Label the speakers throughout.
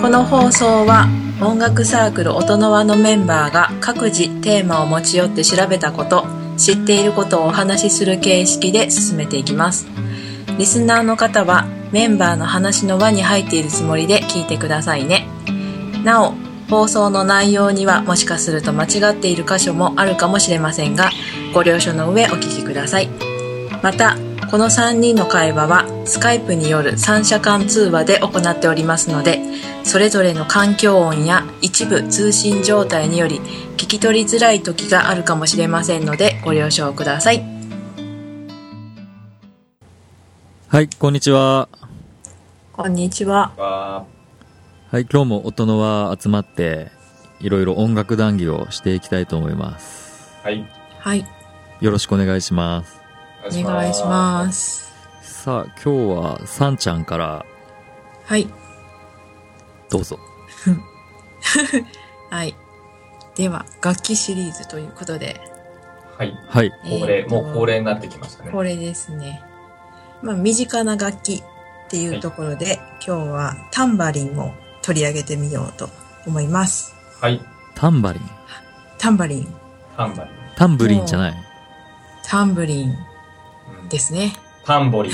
Speaker 1: この放送は音楽サークル音の輪のメンバーが各自テーマを持ち寄って調べたこと知っていることをお話しする形式で進めていきますリスナーの方はメンバーの話の輪に入っているつもりで聞いてくださいねなお放送の内容にはもしかすると間違っている箇所もあるかもしれませんがご了承の上お聞きくださいまたこの3人の会話はスカイプによる三者間通話で行っておりますのでそれぞれの環境音や一部通信状態により聞き取りづらい時があるかもしれませんのでご了承ください
Speaker 2: はい、こんにちは。
Speaker 1: こんにちは
Speaker 3: は
Speaker 2: はい、今日も音の輪集まって、いろいろ音楽談義をしていきたいと思います。
Speaker 3: はい。。
Speaker 1: はい
Speaker 2: よろしくお願いします。
Speaker 1: お願いしますす
Speaker 2: さあ、今日はさんちゃんから
Speaker 1: はい
Speaker 2: どうぞ。
Speaker 1: はいでは楽器シリーズということで
Speaker 3: はい。
Speaker 2: はい。
Speaker 3: 恒
Speaker 1: え
Speaker 3: 例、
Speaker 1: ーと
Speaker 3: もう恒例になってきましたね。
Speaker 1: これですね。まあ、身近な楽器っていうところで、今日はタンバリンを取り上げてみようと思います。
Speaker 3: はい。
Speaker 2: タンバリン。
Speaker 1: タンバリン、
Speaker 3: タンバリン。
Speaker 2: タンブリンじゃない。
Speaker 1: タンブリン
Speaker 3: うん
Speaker 1: ですね。
Speaker 3: タンボリン。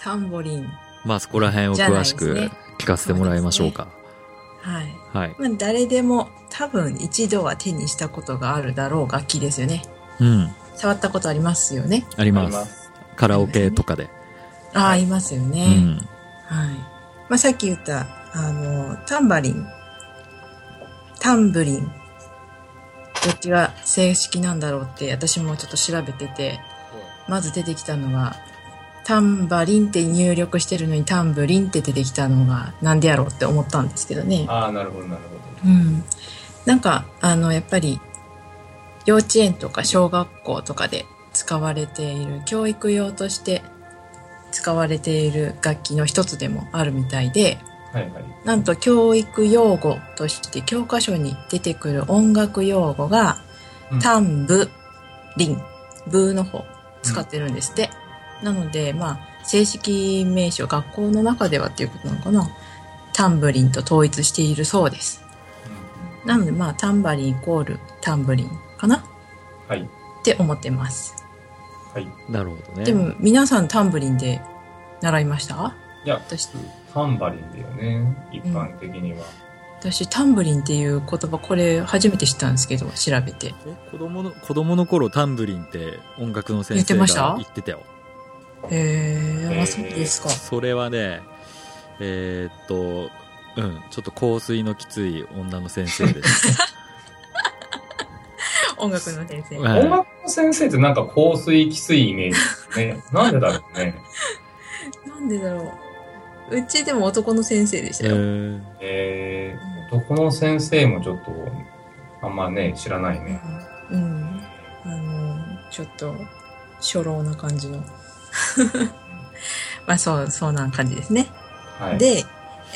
Speaker 1: タンボリン。
Speaker 2: まあ、そこら辺を詳し
Speaker 1: じゃな
Speaker 2: く
Speaker 1: いですね
Speaker 2: 聞かせてもらいましょうか。
Speaker 1: はい。
Speaker 2: はい。
Speaker 1: まあ、誰でも多分一度は手にしたことがあるだろう楽器ですよね。
Speaker 2: うん、
Speaker 1: 触ったことありますよね。
Speaker 2: ありま。
Speaker 3: あります
Speaker 2: カラオケとかで。
Speaker 1: ああ、ありますよ
Speaker 2: う
Speaker 1: ね。
Speaker 2: ん。
Speaker 1: はい。まあ、さっき言った、あの、タンバリン、タンブリン、どっちが正式なんだろうって、私もちょっと調べてて、まず出てきたのは、タンバリンって入力してるのにタンブリンって出てきたのが、なんでやろうって思ったんですけどね。
Speaker 3: ああ、なるほど、なるほど。
Speaker 1: うん。なんか、あの、やっぱり、幼稚園とか小学校とかで使われている、教育用として使われている楽器の一つでもあるみたいで、
Speaker 3: はいはい。
Speaker 1: なんと教育用語として教科書に出てくる音楽用語が、
Speaker 3: うん
Speaker 1: タンブ、リン、ブーの方使ってるんですって。なので、まあ、正式名称、学校の中ではっていうことなのかな。タンブリンと統一しているそうです。
Speaker 3: うん
Speaker 1: なので、まあ、タンバリンイコールタンブリンかなっ
Speaker 3: はい。
Speaker 1: て思ってます。
Speaker 3: はい。い
Speaker 2: なるほどね。
Speaker 1: でも、皆さんタンブリンで習いました
Speaker 3: や、
Speaker 1: 私、
Speaker 3: タンバリンだよね。一般的には。
Speaker 1: 私、タンブリンっていう言葉、これ初めて知ったんですけど、調べて。
Speaker 2: え子供の、子供の頃タンブリンって音楽の先生
Speaker 1: 言ってました
Speaker 2: が言ってたよ。
Speaker 1: へえ、
Speaker 3: へ
Speaker 1: あ、
Speaker 3: ー
Speaker 1: そうですか。
Speaker 2: それはね、えーっと、うん、ちょっと香水のきつい女の先生 です。
Speaker 1: 音楽の先生。
Speaker 2: はい
Speaker 3: 音楽の先生ってなんか香水きついイメージで すね。なんでだろうね。
Speaker 1: なんでだろう。うちでも男の先生でし
Speaker 2: え
Speaker 1: たよ。
Speaker 2: ー
Speaker 3: えー、男の先生もちょっと、あんまね、知らないね。
Speaker 1: うん。あの、ちょっと、初老な感じの。 まあ、そう、そうな感じですね。
Speaker 3: はい。
Speaker 1: で、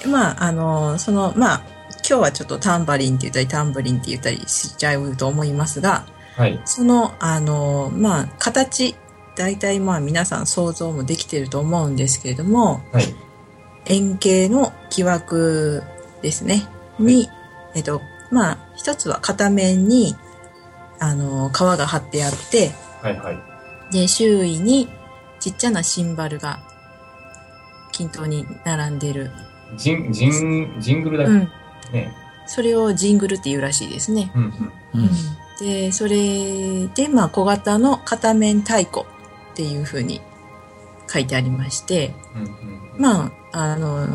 Speaker 1: まあ、あの、その、まあ、今日はちょっとタンバリンって言ったり、タンブリンって言ったりしちゃうと思いますが、
Speaker 3: はい。
Speaker 1: その、あの、まあ、形、大体まあ皆さん想像もできてると思うんですけれども、
Speaker 3: はい。
Speaker 1: 円形の木枠ですね。に、えっと、まあ、一つは片面に、あの、皮が張ってあって、
Speaker 3: はい。はい。
Speaker 1: で、周囲にちっちゃなシンバルが均等に並んでる。
Speaker 3: ジン、ジン、ジングルだっ
Speaker 1: うん。
Speaker 3: けね。
Speaker 1: それをジングルっていうらしいですね。
Speaker 3: うんうん。
Speaker 2: うん
Speaker 1: で、それで、まあ、小型の片面太鼓っていう風に書いてありまして、
Speaker 3: うんうんうん
Speaker 1: まあ、あの、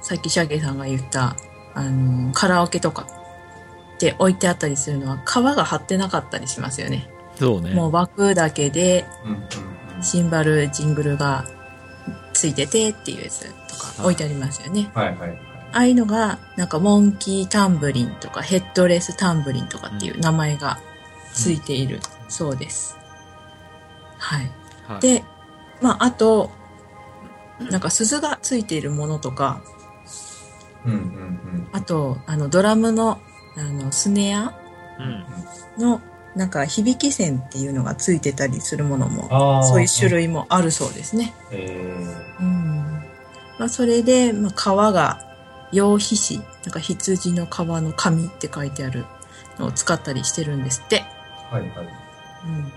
Speaker 1: さっきシャゲさんが言った、あの、カラオケとかで置いてあったりするのは、皮が張ってなかったりしますよね。
Speaker 2: そうね。
Speaker 1: もう枠だけで、
Speaker 3: うんうんうん
Speaker 1: シンバル、ジングルがついててっていうやつとか置いてありますよね。
Speaker 3: はいはいはい。
Speaker 1: ああいうのが、なんか、モンキータンブリンとか、ヘッドレスタンブリンとかっていう名前がついているそうです。はい。
Speaker 2: はい、
Speaker 1: で、まあ、あと、なんか鈴がついているものとか、
Speaker 3: うんうん
Speaker 1: あと、あの、ドラムの、あの、スネア
Speaker 2: うん、
Speaker 1: の、なんか、響き線っていうのがついてたりするものも、
Speaker 3: うん。
Speaker 1: そういう種
Speaker 3: 類。
Speaker 1: 類もあるそうですね。
Speaker 3: え
Speaker 1: うん。まあ、それで、まあ、皮が羊皮紙なんか羊の皮の紙って書いてあるのを使ったりしてるんですって、
Speaker 3: はいは
Speaker 1: う
Speaker 3: い。
Speaker 1: ん、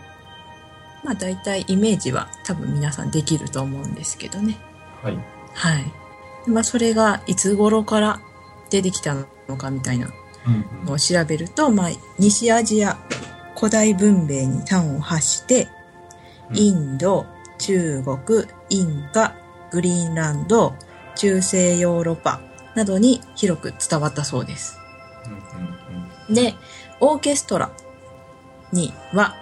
Speaker 1: まあ大体イメージは多分皆さんできると思うんですけどね
Speaker 3: はい。
Speaker 1: はいまあそれがいつ頃から出てきたのかみたいな
Speaker 3: うん
Speaker 1: を調べると、まあ、西アジア古代文明に端を発して
Speaker 3: うん
Speaker 1: インド中国インカグリーンランド中世ヨーロッパなどに広く伝わったそうです
Speaker 3: う
Speaker 1: でオーケストラには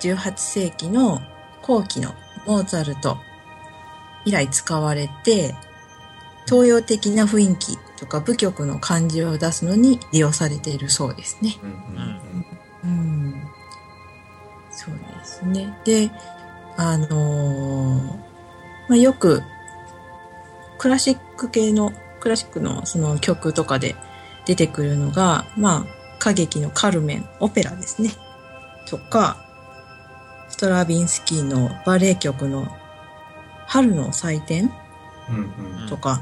Speaker 1: 18世紀の後期のモーツァルト以来使われて東洋的な雰囲気とか舞曲の感じを出すのに利用されているそうですね。
Speaker 3: んうんうんうん
Speaker 1: うんそうですね。で、あのーまあ、よく、クラシック系の、クラシックのその曲とかで出てくるのが、まあ、歌劇のカルメン、オペラですね。とか、ストラビンスキーのバレエ曲の春の祭典
Speaker 3: うんうんうん
Speaker 1: とか、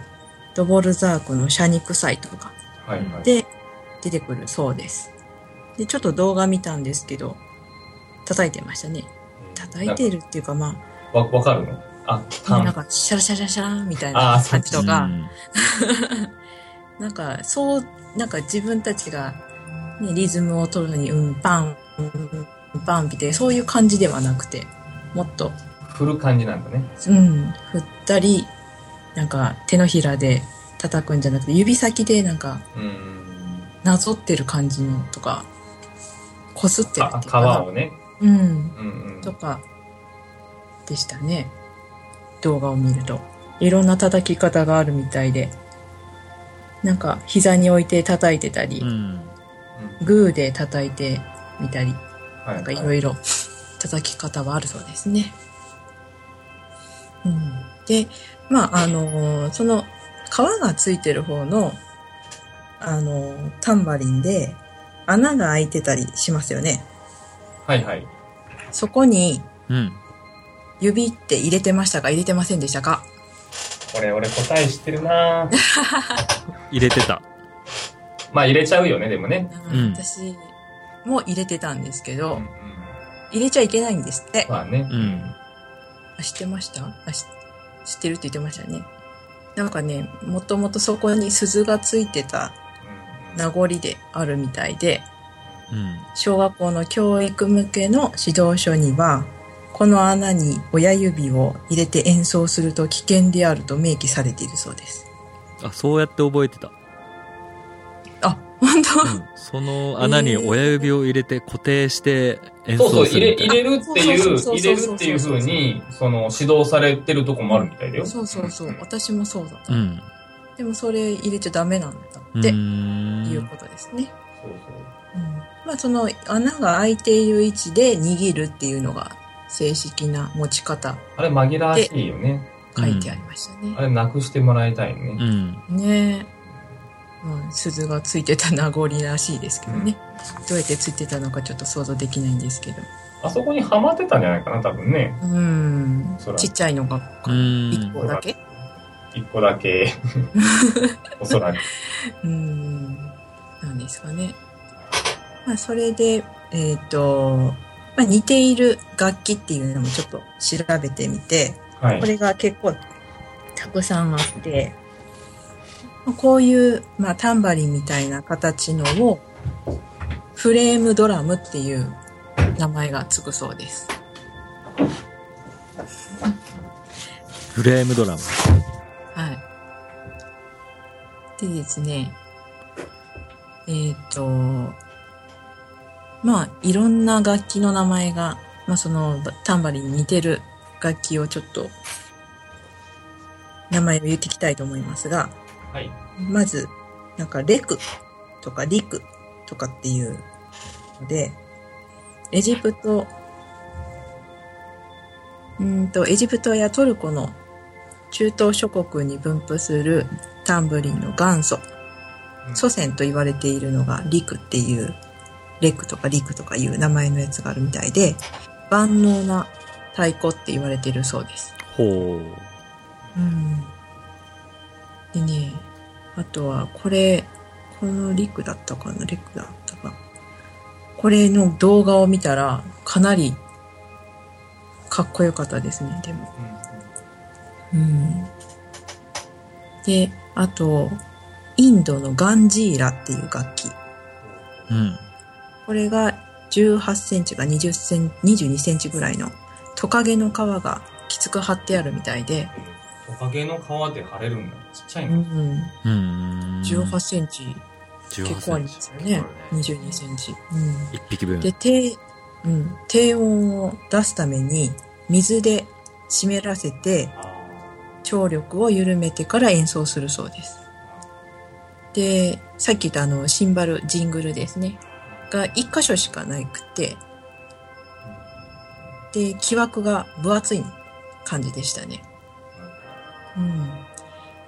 Speaker 1: ドボルザークのシャニク祭とか、
Speaker 3: はいはい。
Speaker 1: で出てくるそうですでちょっと動画見たんですけど叩いてましたね叩いてるっていうかま
Speaker 3: わ、わかるのあ、
Speaker 1: あ
Speaker 3: 単
Speaker 1: なんかシャラシャラシャラシャラみたい
Speaker 3: あー
Speaker 1: な
Speaker 3: そっ
Speaker 1: 感
Speaker 3: ち
Speaker 1: じとか、
Speaker 2: うん
Speaker 1: なんかそうなんか自分たちが、ね、リズムを取るのにうんパンうんパンみたいなそういう感じではなくてもっと
Speaker 3: 振る感じなんだね。
Speaker 1: うん振ったりなんか手のひらで叩くんじゃなくて指先でなんか
Speaker 3: うん。
Speaker 1: なぞってる感じのとかこすってる
Speaker 3: か
Speaker 1: っていう
Speaker 3: 皮
Speaker 1: かな
Speaker 3: をね。
Speaker 1: うん
Speaker 3: うんうん。
Speaker 1: とかでしたね動画を見るといろんな叩き方があるみたいでなんか膝に置いて叩いてたり、
Speaker 2: うん
Speaker 3: うん
Speaker 1: グーで叩いてみたり
Speaker 3: は
Speaker 1: なんかい
Speaker 3: は
Speaker 1: ろいろ叩き方はあるそうですね。うん、でまああのその皮がついてる方のあのタンバリンで穴が開いてたりしますよね。
Speaker 3: はいはい。
Speaker 1: そこに
Speaker 2: うん
Speaker 1: 指って入れてましたか入れてませんでしたか
Speaker 3: 俺、俺答え知ってるなぁ
Speaker 2: 入れてた
Speaker 3: まあ入れちゃうよね、でもね。
Speaker 2: うん
Speaker 1: 私も入れてたんですけ
Speaker 3: う
Speaker 1: ど、
Speaker 3: んうん。
Speaker 1: 入れちゃいけないんですって、
Speaker 3: まあね
Speaker 2: う。ん
Speaker 1: あ知ってましたあし知ってるって言ってましたねなんかねもともとそこに鈴がついてた
Speaker 3: うんうん
Speaker 1: 名残であるみたいで
Speaker 2: うん
Speaker 1: 小学校の教育向けの指導書にはこの穴に親指を入れて演奏すると危険であると明記されているそうです
Speaker 2: あそうやって覚えてた、
Speaker 1: あ本当、
Speaker 2: うん、その穴に親指を入れて固定して演
Speaker 3: そうそ
Speaker 2: 奏
Speaker 3: う、
Speaker 2: す
Speaker 3: 入
Speaker 2: る
Speaker 3: れ、
Speaker 2: みたい
Speaker 3: 入
Speaker 2: な
Speaker 3: れるっていう、
Speaker 1: そうそうそうそう
Speaker 3: 入れるっていう風に、その、指導されてるとこもあるみたいだよ。
Speaker 1: そうそうそう、
Speaker 3: ん
Speaker 1: 私もそうだった、
Speaker 2: うん
Speaker 1: でもそれ入れちゃダメなんだ
Speaker 2: う
Speaker 1: ってい
Speaker 2: ー
Speaker 1: うんことですね、
Speaker 3: そうそう。
Speaker 1: うんまあ、その穴が開いている位置で握るっていうのが正式な持ち方
Speaker 3: あれ紛らわしいよね。
Speaker 1: 書いてありましたね
Speaker 3: あ、れなくしてもらいたいね。
Speaker 2: うん
Speaker 1: ねえ、まあ、鈴がついてた名残らしいですけどね、どうやってついてたのかちょっと想像できないんですけど
Speaker 3: あそこにはまってたんじゃないかな、多分ね。
Speaker 1: うん
Speaker 3: そら
Speaker 1: ちっちゃいのが
Speaker 2: うん
Speaker 1: 1個だけ
Speaker 3: 一個だ け。おそらく。
Speaker 1: うんなんですかね。まあ、それで、えっ、と、まあ、似ている楽器っていうのもちょっと調べてみて、
Speaker 3: はい
Speaker 1: こ。れが結構たくさんあって、まあこういう、まあ、タンバリンみたいな形のを、フレームドラムっていう名前がつくそうです。
Speaker 2: フレームドラム
Speaker 1: はい。でですね、えっ、と、まあ、いろんな楽器の名前が、まあ、その、ばタンバリンに似てる楽器をちょっと、名前を言っていきたいと思いますが、
Speaker 3: はい。
Speaker 1: まず、なんか、レクとかリクとかっていうので、エジプト、うーんと、エジプトやトルコの中東諸国に分布するタンブリンの元祖、祖先と言われているのがリクっていう、レクとかリクとかいう名前のやつがあるみたいで、万能な太鼓って言われているそうです。
Speaker 2: ほう
Speaker 1: うんでね、あとは、これ、このリクだったかな、リクだったか。これの動画を見たら、かなり、かっこよかったですね、でも。うん。で、あと、インドのガンジーラっていう楽器。
Speaker 2: うん。
Speaker 1: これが18センチか20セン22センチぐらいのトカゲの皮がきつく張ってあるみたいで、
Speaker 3: トカゲの皮で腫れるんだ。ちっちゃいうの。
Speaker 1: ん、
Speaker 2: うん。
Speaker 1: 18センチ
Speaker 2: 18
Speaker 1: 結構ありますよ
Speaker 3: 18
Speaker 1: ね
Speaker 3: セン
Speaker 1: 22センチ、う
Speaker 2: 一匹分。
Speaker 1: ん、で低,、うん、低温を出すために水で湿らせて
Speaker 3: あ
Speaker 1: 張力を緩めてから演奏するそうですでさっき言ったあのシンバルジングルですねが1箇所しかなくてで木枠が分厚い感じでしたねうん、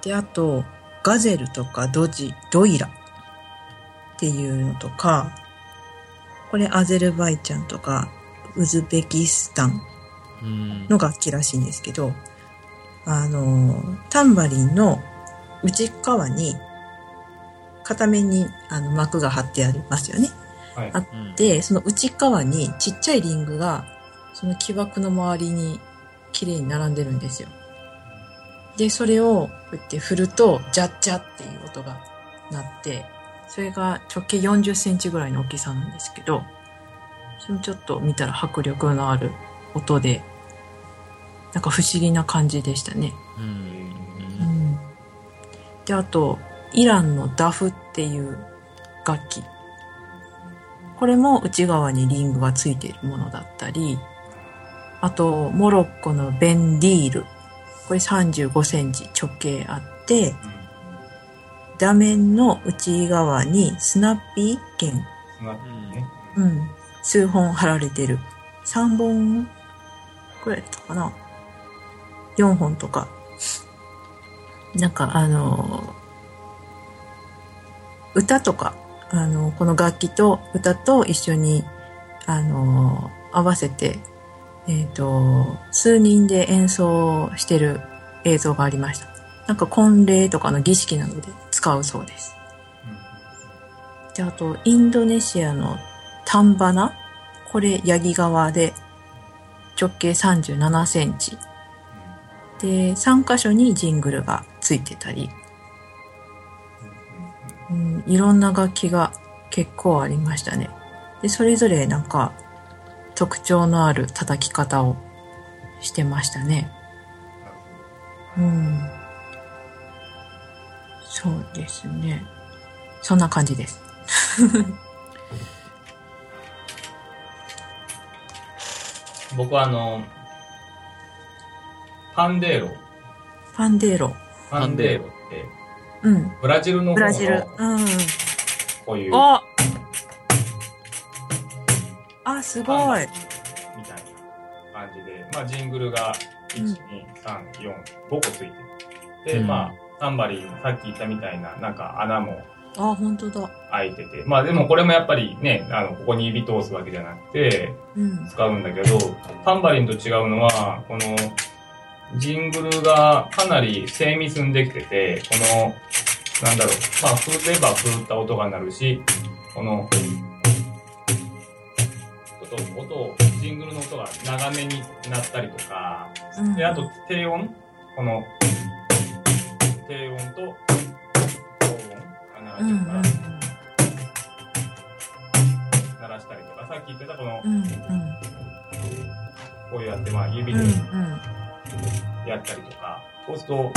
Speaker 1: であとガゼルとかドジドイラっていうのとかこれアゼルバイチャンとかウズベキスタン
Speaker 2: うん。
Speaker 1: の楽器らしいんですけどあのタンバリンの内側に片面にあの膜が張ってありますよね。
Speaker 3: はい
Speaker 1: あ
Speaker 2: うん、
Speaker 1: でその内側にちっちゃいリングがその木枠の周りに綺麗に並んでるんですよでそれをこうやって振るとジャッジャっていう音が鳴ってそれが直径4 0センチぐらいの大きさなんですけどそれちょっと見たら迫力のある音でなんか不思議な感じでしたね
Speaker 2: う。
Speaker 3: うんん
Speaker 1: であとイランのダフっていう楽器これも内側にリングがついているものだったりあとモロッコのベンディールこれ35センチ直径あって座面の内側にスナッピー弦、
Speaker 3: うんなね
Speaker 1: うん、数本貼られてる3本くらいだったかな4本とかなんかあの歌とかあのこの楽器と歌と一緒にあの合わせて、えっと数人で演奏してる映像がありましたなんか婚礼とかの儀式などで使うそうですであとインドネシアのタンバナこれヤギ側で直径3 7センチで3箇所にジングルがついてたり、うん、いろんな楽器が結構ありましたねでそれぞれなんか特徴のある叩き方をしてましたねうんそうですねそんな感じです
Speaker 3: 僕はあの、パンデーロ。
Speaker 1: ファンデーロ
Speaker 3: パンデーロって、
Speaker 1: うん
Speaker 3: ブラジルの
Speaker 1: ブ
Speaker 3: 方
Speaker 1: ラジル
Speaker 3: の
Speaker 1: うん
Speaker 3: こういう、
Speaker 1: おあ、すごい。
Speaker 3: みたいな感じで、まあ、ジングルが1、
Speaker 1: うん
Speaker 3: 2、3、4、5個ついてる。で、
Speaker 2: うん
Speaker 3: まあ、タンバリン、さっき言ったみたいな、なんか穴も
Speaker 1: あ、本当だ。
Speaker 3: 開いてて、まあでもこれもやっぱりね、あの、ここに指通すわけじゃなくて、
Speaker 1: うん。
Speaker 3: 使うんだけど、タンバリンと違うのは、この、ジングルがかなり精密にできてて、この、なんだろう、まあ、振れば振った音が鳴るし、この、ちょっと音を、ジングルの音が長めになったりとか、
Speaker 1: うん
Speaker 3: で、あと低音この、低音と、高音が
Speaker 1: う
Speaker 3: 鳴
Speaker 1: ん
Speaker 3: ら
Speaker 1: う
Speaker 3: してるから
Speaker 1: ん、
Speaker 3: 鳴らしたりとか、さっき言ってたこの
Speaker 1: う、ん
Speaker 3: こうやって、まあ、指
Speaker 1: うんうん
Speaker 3: で、やったりとか、そうすると、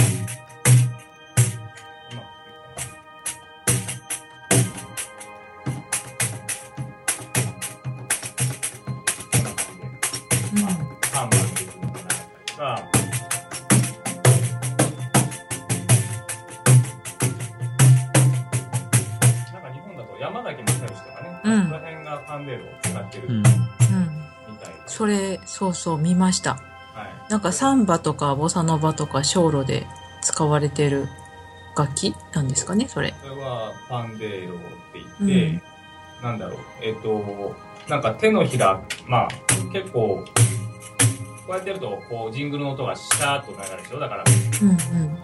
Speaker 3: 今、こんな感じで、タンバリンでこうやったりとか、なんか日本だと山崎正義とかね、
Speaker 1: うん
Speaker 3: その辺がパンデールを使ってる
Speaker 2: う
Speaker 3: み
Speaker 2: ん。
Speaker 1: うんうん
Speaker 3: たいで、
Speaker 1: それ、そうそう、見ました。
Speaker 3: はい、
Speaker 1: なんかサンバとかボサノバとかショーロで使われてる楽器なんですかね、それ。
Speaker 3: これはパンデーロって言って、
Speaker 1: うん
Speaker 3: なんだろう、えっ、と、なんか手のひら、まあ、結構、こうやってやると、こう、ジングルの音がシャーッと流れるでしょだから、
Speaker 1: うんうん。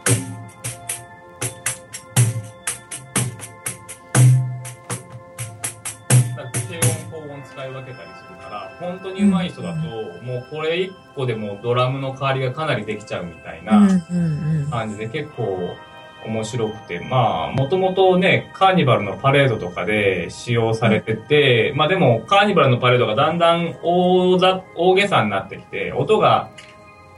Speaker 3: 使い分けたりするから、本当に上手い人だと、もうこれ一個でもドラムの代わりがかなりできちゃうみたいな、
Speaker 1: うん
Speaker 3: 感じで結構面白くて、まあ、もともとね、カーニバルのパレードとかで使用されてて、まあでもカーニバルのパレードがだんだん大ざ大げさになってきて、音が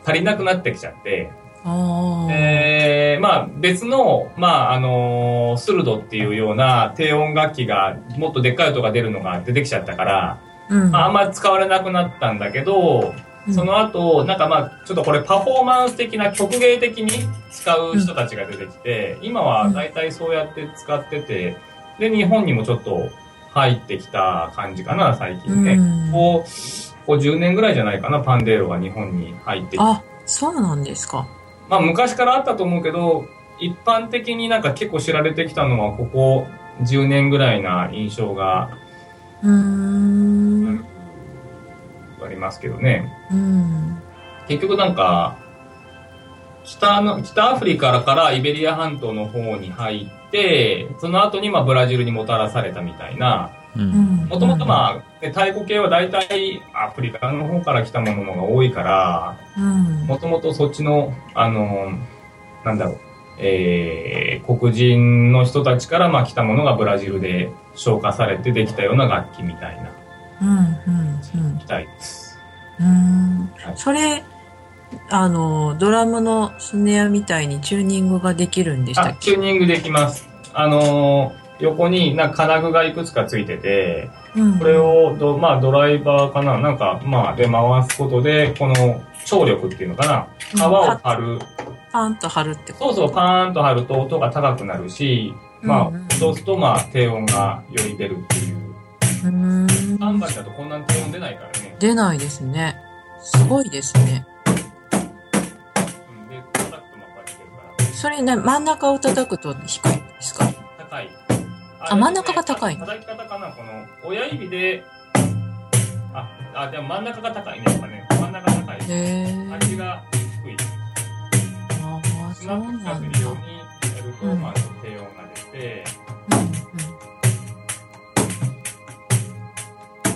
Speaker 3: 足りなくなってきちゃって、
Speaker 1: あー
Speaker 3: えーまあ別の、まああのースルドっていうような低音楽器がもっとでっかい音が出るのが出てきちゃったから、
Speaker 1: うん
Speaker 3: まああんまり使われなくなったんだけど、その後、なんかまあ、ちょっとこれパフォーマンス的な曲芸的に使う人たちが出てきて、今は大体そうやって使ってて、で、日本にもちょっと入ってきた感じかな、最近ね。
Speaker 1: うん
Speaker 3: こう、こう10年ぐらいじゃないかな、パンデーロが日本に入ってきて。
Speaker 1: あ、そうなんですか。
Speaker 3: まあ、昔からあったと思うけど、一般的になんか結構知られてきたのは、ここ10年ぐらいな印象が
Speaker 1: うーん。
Speaker 3: ありますけどね。
Speaker 1: うん。
Speaker 3: 結局なんか北の北アフリカからイベリア半島の方に入ってその後にまあブラジルにもたらされたみたいな
Speaker 2: うん。
Speaker 3: もともと
Speaker 1: あ、
Speaker 3: まあね太鼓系は大体アフリカの方から来たもののが多いから
Speaker 1: うん。
Speaker 3: もともとそっちのあのなんだろうえー黒人の人たちからまあ来たものがブラジルで消化されてできたような楽器みたいな
Speaker 1: うん。うん。
Speaker 3: みたいです。
Speaker 1: うん。うん
Speaker 3: はい
Speaker 1: それ、あの、ドラムのスネアみたいにチューニングができるんでした
Speaker 3: あ、
Speaker 1: っ
Speaker 3: チューニングできます。あのー横になんか金具がいくつかついてて、
Speaker 1: け、うん、
Speaker 3: これ、をど、まあ、ドライバーかななんか、まあ、で回すことで、この張力っていうのかな
Speaker 1: うん
Speaker 3: 皮を張る。
Speaker 1: パンと貼るってこと
Speaker 3: そうそう、パーンと張ると音が高くなるし、まあ、
Speaker 1: うんうん
Speaker 3: 落とすと、まあ、低音がより出るっていう。
Speaker 1: うーん
Speaker 3: タンバリンだとこんなに低音出ないからね。
Speaker 1: 出ないですね。すごいですね。
Speaker 3: うん、で、叩くとまたしてるか、
Speaker 1: それね、真ん中を叩くと低いんですから
Speaker 3: 高い。
Speaker 1: あ真ん中が高い
Speaker 3: 叩き方かなこの、親指で、あ、あ、でも真ん中が高いね、やっぱね。真ん中高い。
Speaker 1: へえ。あ
Speaker 3: 味が低い。
Speaker 1: あ、そう
Speaker 3: な
Speaker 1: なんだ。うんん
Speaker 3: るようにやると、まあ、低音が出て、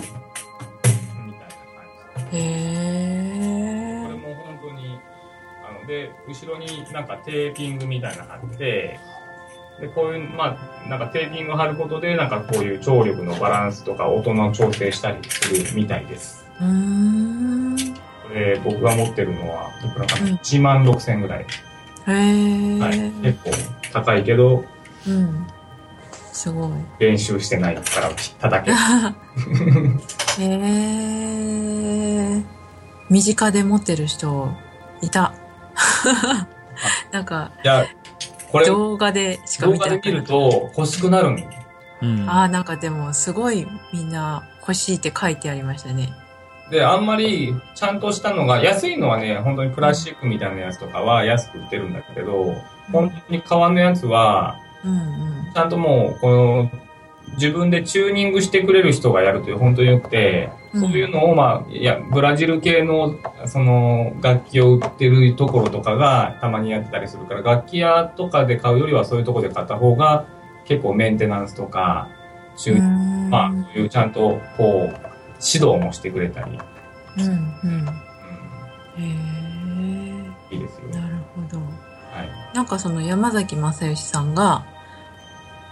Speaker 1: へ
Speaker 3: みたいな感じ。これ
Speaker 1: え。
Speaker 3: も本当に、あの、で、後ろになんかテーピングみたいなの貼って、で、こういう、まあ、なんかテーピング貼ることで、なんかこういう張力のバランスとか音の調整したりするみたいです。
Speaker 1: うーん。
Speaker 3: これ、僕が持ってるのは、いくらかな
Speaker 1: うん
Speaker 3: 1万6千ぐらい。
Speaker 1: へえ。
Speaker 3: はい。結構高いけど、
Speaker 1: うん。すごい。
Speaker 3: 練習してないから叩ける。
Speaker 1: へえ。身近で持ってる人い た。なんか
Speaker 3: いや、これ、
Speaker 1: 動画でしか
Speaker 3: 動
Speaker 1: 見て
Speaker 3: 画
Speaker 1: な
Speaker 3: で
Speaker 1: い
Speaker 3: 見ると欲しくなるんよ
Speaker 2: うん。
Speaker 1: ああ、なんかでもすごいみんな欲しいって書いてありましたね。
Speaker 3: で、あんまりちゃんとしたのが、安いのはね、本当にクラシックみたいなやつとかは安く売ってるんだけど、本当に革のやつは、
Speaker 1: うんうん。
Speaker 3: ちゃんともう、この、自分でチューニングしてくれる人がやるという本当に良くて、
Speaker 1: うん
Speaker 3: そういうのを、まあ、いや、ブラジル系の、その、楽器を売ってるところとかがたまにやってたりするから、楽器屋とかで買うよりはそういうところで買った方が、結構メンテナンスとか、チューニング
Speaker 1: うん
Speaker 3: まあ、そういうちゃんと、こう、指導もしてくれたり、
Speaker 1: うんうん。
Speaker 3: う
Speaker 1: へえ、
Speaker 3: ん、いいですよ。
Speaker 1: なるほど。
Speaker 3: はい。
Speaker 1: なんかその山崎正義さんが、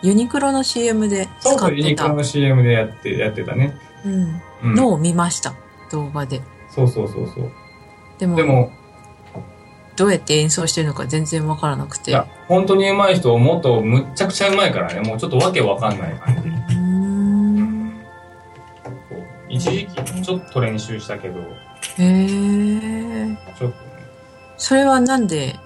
Speaker 1: ユニクロの CM で使
Speaker 3: そう
Speaker 1: っ
Speaker 3: そう、ユ
Speaker 1: て
Speaker 3: ニクロ
Speaker 1: た、
Speaker 3: の CM でやって、やってたね。
Speaker 1: うん、
Speaker 3: うん。
Speaker 1: のを見ました、動画で。
Speaker 3: そうそうそうそう。
Speaker 1: でも
Speaker 3: でも、
Speaker 1: どうやって演奏してるのか全然わからなく
Speaker 3: い
Speaker 1: て。
Speaker 3: や、本当に上手い人、もっとむっちゃくちゃ上手いからね、もうちょっとわけわかんない感じ。
Speaker 1: うーん。
Speaker 3: こう一時期、ちょっと練習したけど、
Speaker 1: へえ。
Speaker 3: ちょっとね。
Speaker 1: それはなんで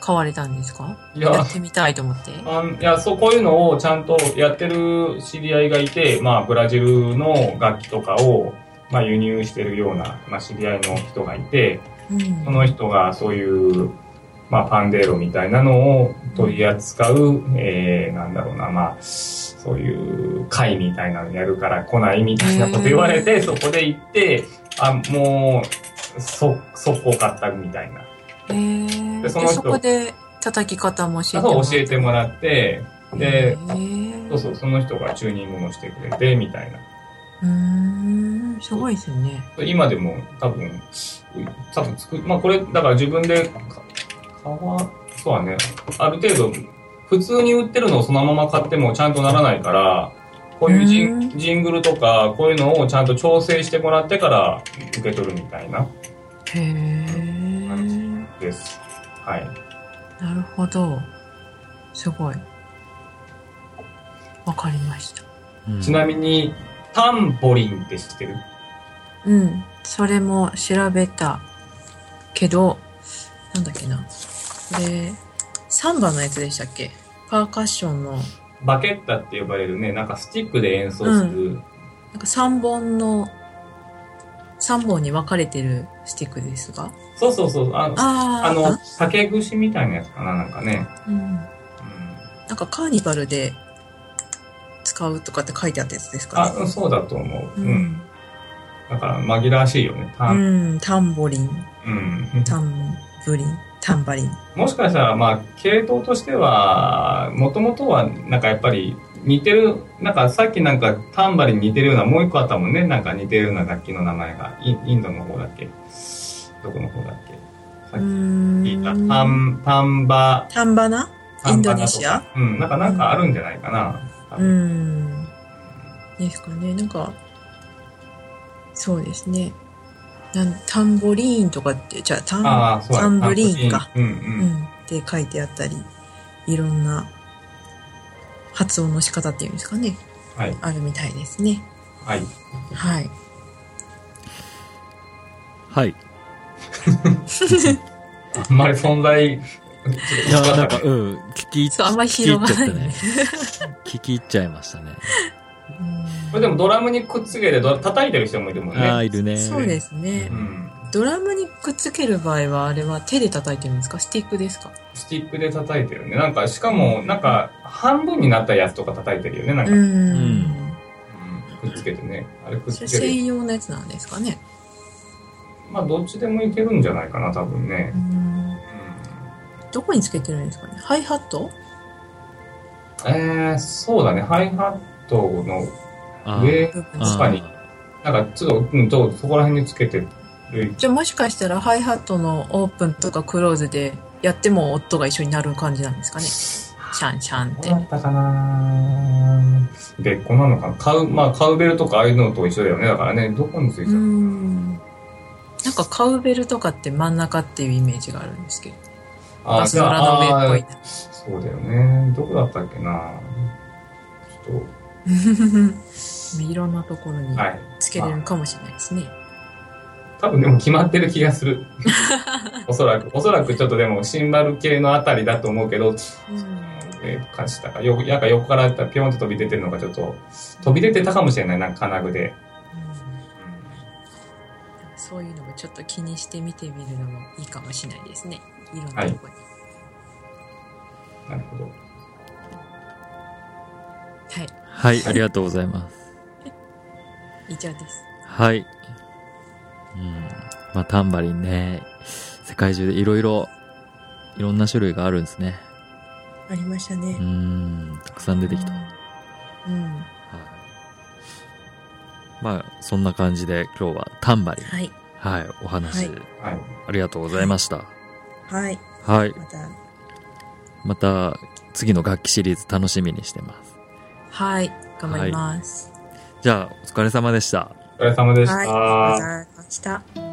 Speaker 1: 買われたんですか
Speaker 3: い
Speaker 1: や
Speaker 3: や、
Speaker 1: ってみたいと思って。
Speaker 3: あんいや、そう、こういうのをちゃんとやってる知り合いがいて、まあ、ブラジルの楽器とかを、まあ、輸入してるような、まあ、知り合いの人がいて、
Speaker 1: うん
Speaker 3: その人がそういう、まあ、パンデーロみたいなのを取り扱う、えー、なんだろうな、まあ、そういう会みたいなのやるから来ないみたいなこと言われて、そこで行って、あ、もう、そ、速攻買ったみたいな。
Speaker 1: へー
Speaker 3: で
Speaker 1: で
Speaker 3: その人
Speaker 1: そこで叩き方も教えて
Speaker 3: そう教えてもらって、で
Speaker 1: へ、ー
Speaker 3: そうそう、その人がチューニングもしてくれて、みたいな。
Speaker 1: うーん、すごいですよね。
Speaker 3: 今でも多分、多分作る、まあこれ、だから自分でか、かわ、そうはね、ある程度、普通に売ってるのをそのまま買ってもちゃんとならないから、こういうジ
Speaker 1: う
Speaker 3: ンジングルとか、こういうのをちゃんと調整してもらってから受け取るみたいな
Speaker 1: へえ。
Speaker 3: 感じです。はい。
Speaker 1: なるほど。すごい。わかりました。
Speaker 2: うん
Speaker 3: ちなみに、タンポリンって知ってる
Speaker 1: うん。それも調べたけど、なんだっけな。これ、サンバのやつでしたっけパーカッションの、
Speaker 3: バケッタって呼ばれるね、なんかスティックで演奏す
Speaker 1: な
Speaker 3: る、
Speaker 1: んか3本の、3本に分かれてるスティックですが。
Speaker 3: そうそうそう、あの、
Speaker 1: あー
Speaker 3: あの、竹串みたいなやつかな、なんかね。
Speaker 1: うん。
Speaker 3: うん
Speaker 1: なんかカーニバルで使うとかって書いてあったやつですか
Speaker 3: あ
Speaker 1: ね。
Speaker 3: うんそうだと思
Speaker 1: う
Speaker 3: う、うん
Speaker 1: ん。
Speaker 3: だから紛らわしいよねタン、
Speaker 1: うん。タンボリン、
Speaker 3: うん
Speaker 1: タンブリン、タンバリン。
Speaker 3: もしかしたらまあ系統としてはもともとはなんかやっぱり似てるなんかさっきなんかタンバリンに似てるようなもう一個あったもんねなんか似てるような楽器の名前がインインドの方だっけどこの方だっ
Speaker 1: う
Speaker 3: けさっき聞いたタ
Speaker 1: ーん。
Speaker 3: ンタンバ
Speaker 1: タンバナ
Speaker 3: タ
Speaker 1: イン
Speaker 3: ン
Speaker 1: ド
Speaker 3: バナ
Speaker 1: ネ
Speaker 3: と
Speaker 1: シア
Speaker 3: かうんなんかなんかあるんじゃないかな、多
Speaker 1: う
Speaker 3: 分
Speaker 1: ん。ですかね。なんか、そうですね。なんタンボリーンとかって、じゃあタン、
Speaker 3: ああそうだ
Speaker 1: タンブリーンか
Speaker 3: タンブリ
Speaker 1: う
Speaker 3: ーンうんうん
Speaker 1: ん、って書いてあったり、いろんな発音の仕方っていうんですかね。
Speaker 3: はい
Speaker 1: あるみたいですね。
Speaker 3: はい
Speaker 1: はい。
Speaker 2: はい
Speaker 3: あんまり存在
Speaker 2: いやなんかうん聞き
Speaker 1: そうあんまり広がらないね
Speaker 2: 聞き入っちゃいましたね
Speaker 1: うん
Speaker 3: これでもドラムにくっつけてド叩いてる人もいるもんね。
Speaker 2: ああいるね
Speaker 1: そうですね
Speaker 3: う。ん。
Speaker 1: ドラムにくっつける場合は、あれは手で叩いてるんですかスティックですか
Speaker 3: スティックで叩いてるね。なんか、しかも、なんか、半分になったやつとか叩いてるよね。なんか、
Speaker 1: う
Speaker 2: うん
Speaker 1: ん。
Speaker 3: うんくっつけてね。あれくっ
Speaker 1: それ
Speaker 3: つける。
Speaker 1: 専用のやつなんですかね。
Speaker 3: まあ、どっちでもいけるんじゃないかな、多分ね
Speaker 1: う。ん
Speaker 3: うん、
Speaker 1: どこにつけてるんですかねハイハット
Speaker 3: えー、そうだね。ハイハットの
Speaker 2: あー
Speaker 3: 上、
Speaker 1: 部分
Speaker 2: あー
Speaker 3: 確かになんか、ちょっと、うん、とそこら辺につけてる。
Speaker 1: じゃあもしかしたらハイハットのオープンとかクローズでやっても音が一緒になる感じなんですかねシャンシャンっ
Speaker 3: どう
Speaker 1: て
Speaker 3: だ。ったかな別個なのかな。カウ、まあ、カウベルとかああいうのと一緒だよね。だからね、どこについて
Speaker 1: う
Speaker 3: たの
Speaker 1: ん。なんかカウベルとかって真ん中っていうイメージがあるんですけど。
Speaker 3: あ
Speaker 1: バ
Speaker 3: ー
Speaker 1: スドラの上っぽい
Speaker 3: そうだよね。どこだったっけなちょっ
Speaker 1: な。いろんなところに
Speaker 3: と、はい。
Speaker 1: つけれるかもしれないですね。
Speaker 3: 多分でも決まってる気が する。おそらく。おそらくちょっとでもシンバル系のあたりだと思うけど、
Speaker 1: うん
Speaker 3: えー、かしたか。よ、なんか横からピョンと飛び出てるのがちょっと、飛び出てたかもしれない。なんか金具で。
Speaker 1: そういうのもちょっと気にして見てみるのもいいかもしれないですね。いろんなところに。
Speaker 3: うんなるほど。
Speaker 1: はい、
Speaker 2: はいありがとうございます
Speaker 1: 以上です。
Speaker 2: はい。うん。まあ、タンバリンね。世界中でいろいろ、いろんな種類があるんですね。
Speaker 1: ありました
Speaker 2: うー
Speaker 1: ね。
Speaker 2: ん。たくさん出てきた。はい
Speaker 1: うん。うん
Speaker 2: まあ、そんな感じで今日はタンバリン。
Speaker 1: はい。
Speaker 2: はい。お話、
Speaker 1: はい
Speaker 3: はい。
Speaker 2: ありがとうございました。
Speaker 1: はい。
Speaker 2: はい。
Speaker 1: また。
Speaker 2: また、次の楽器シリーズ楽しみにしてます。
Speaker 1: はい。頑張ります。
Speaker 2: じゃあ、お疲れ様でした。
Speaker 3: お疲れ様でした。
Speaker 1: はい。ありがとうございました。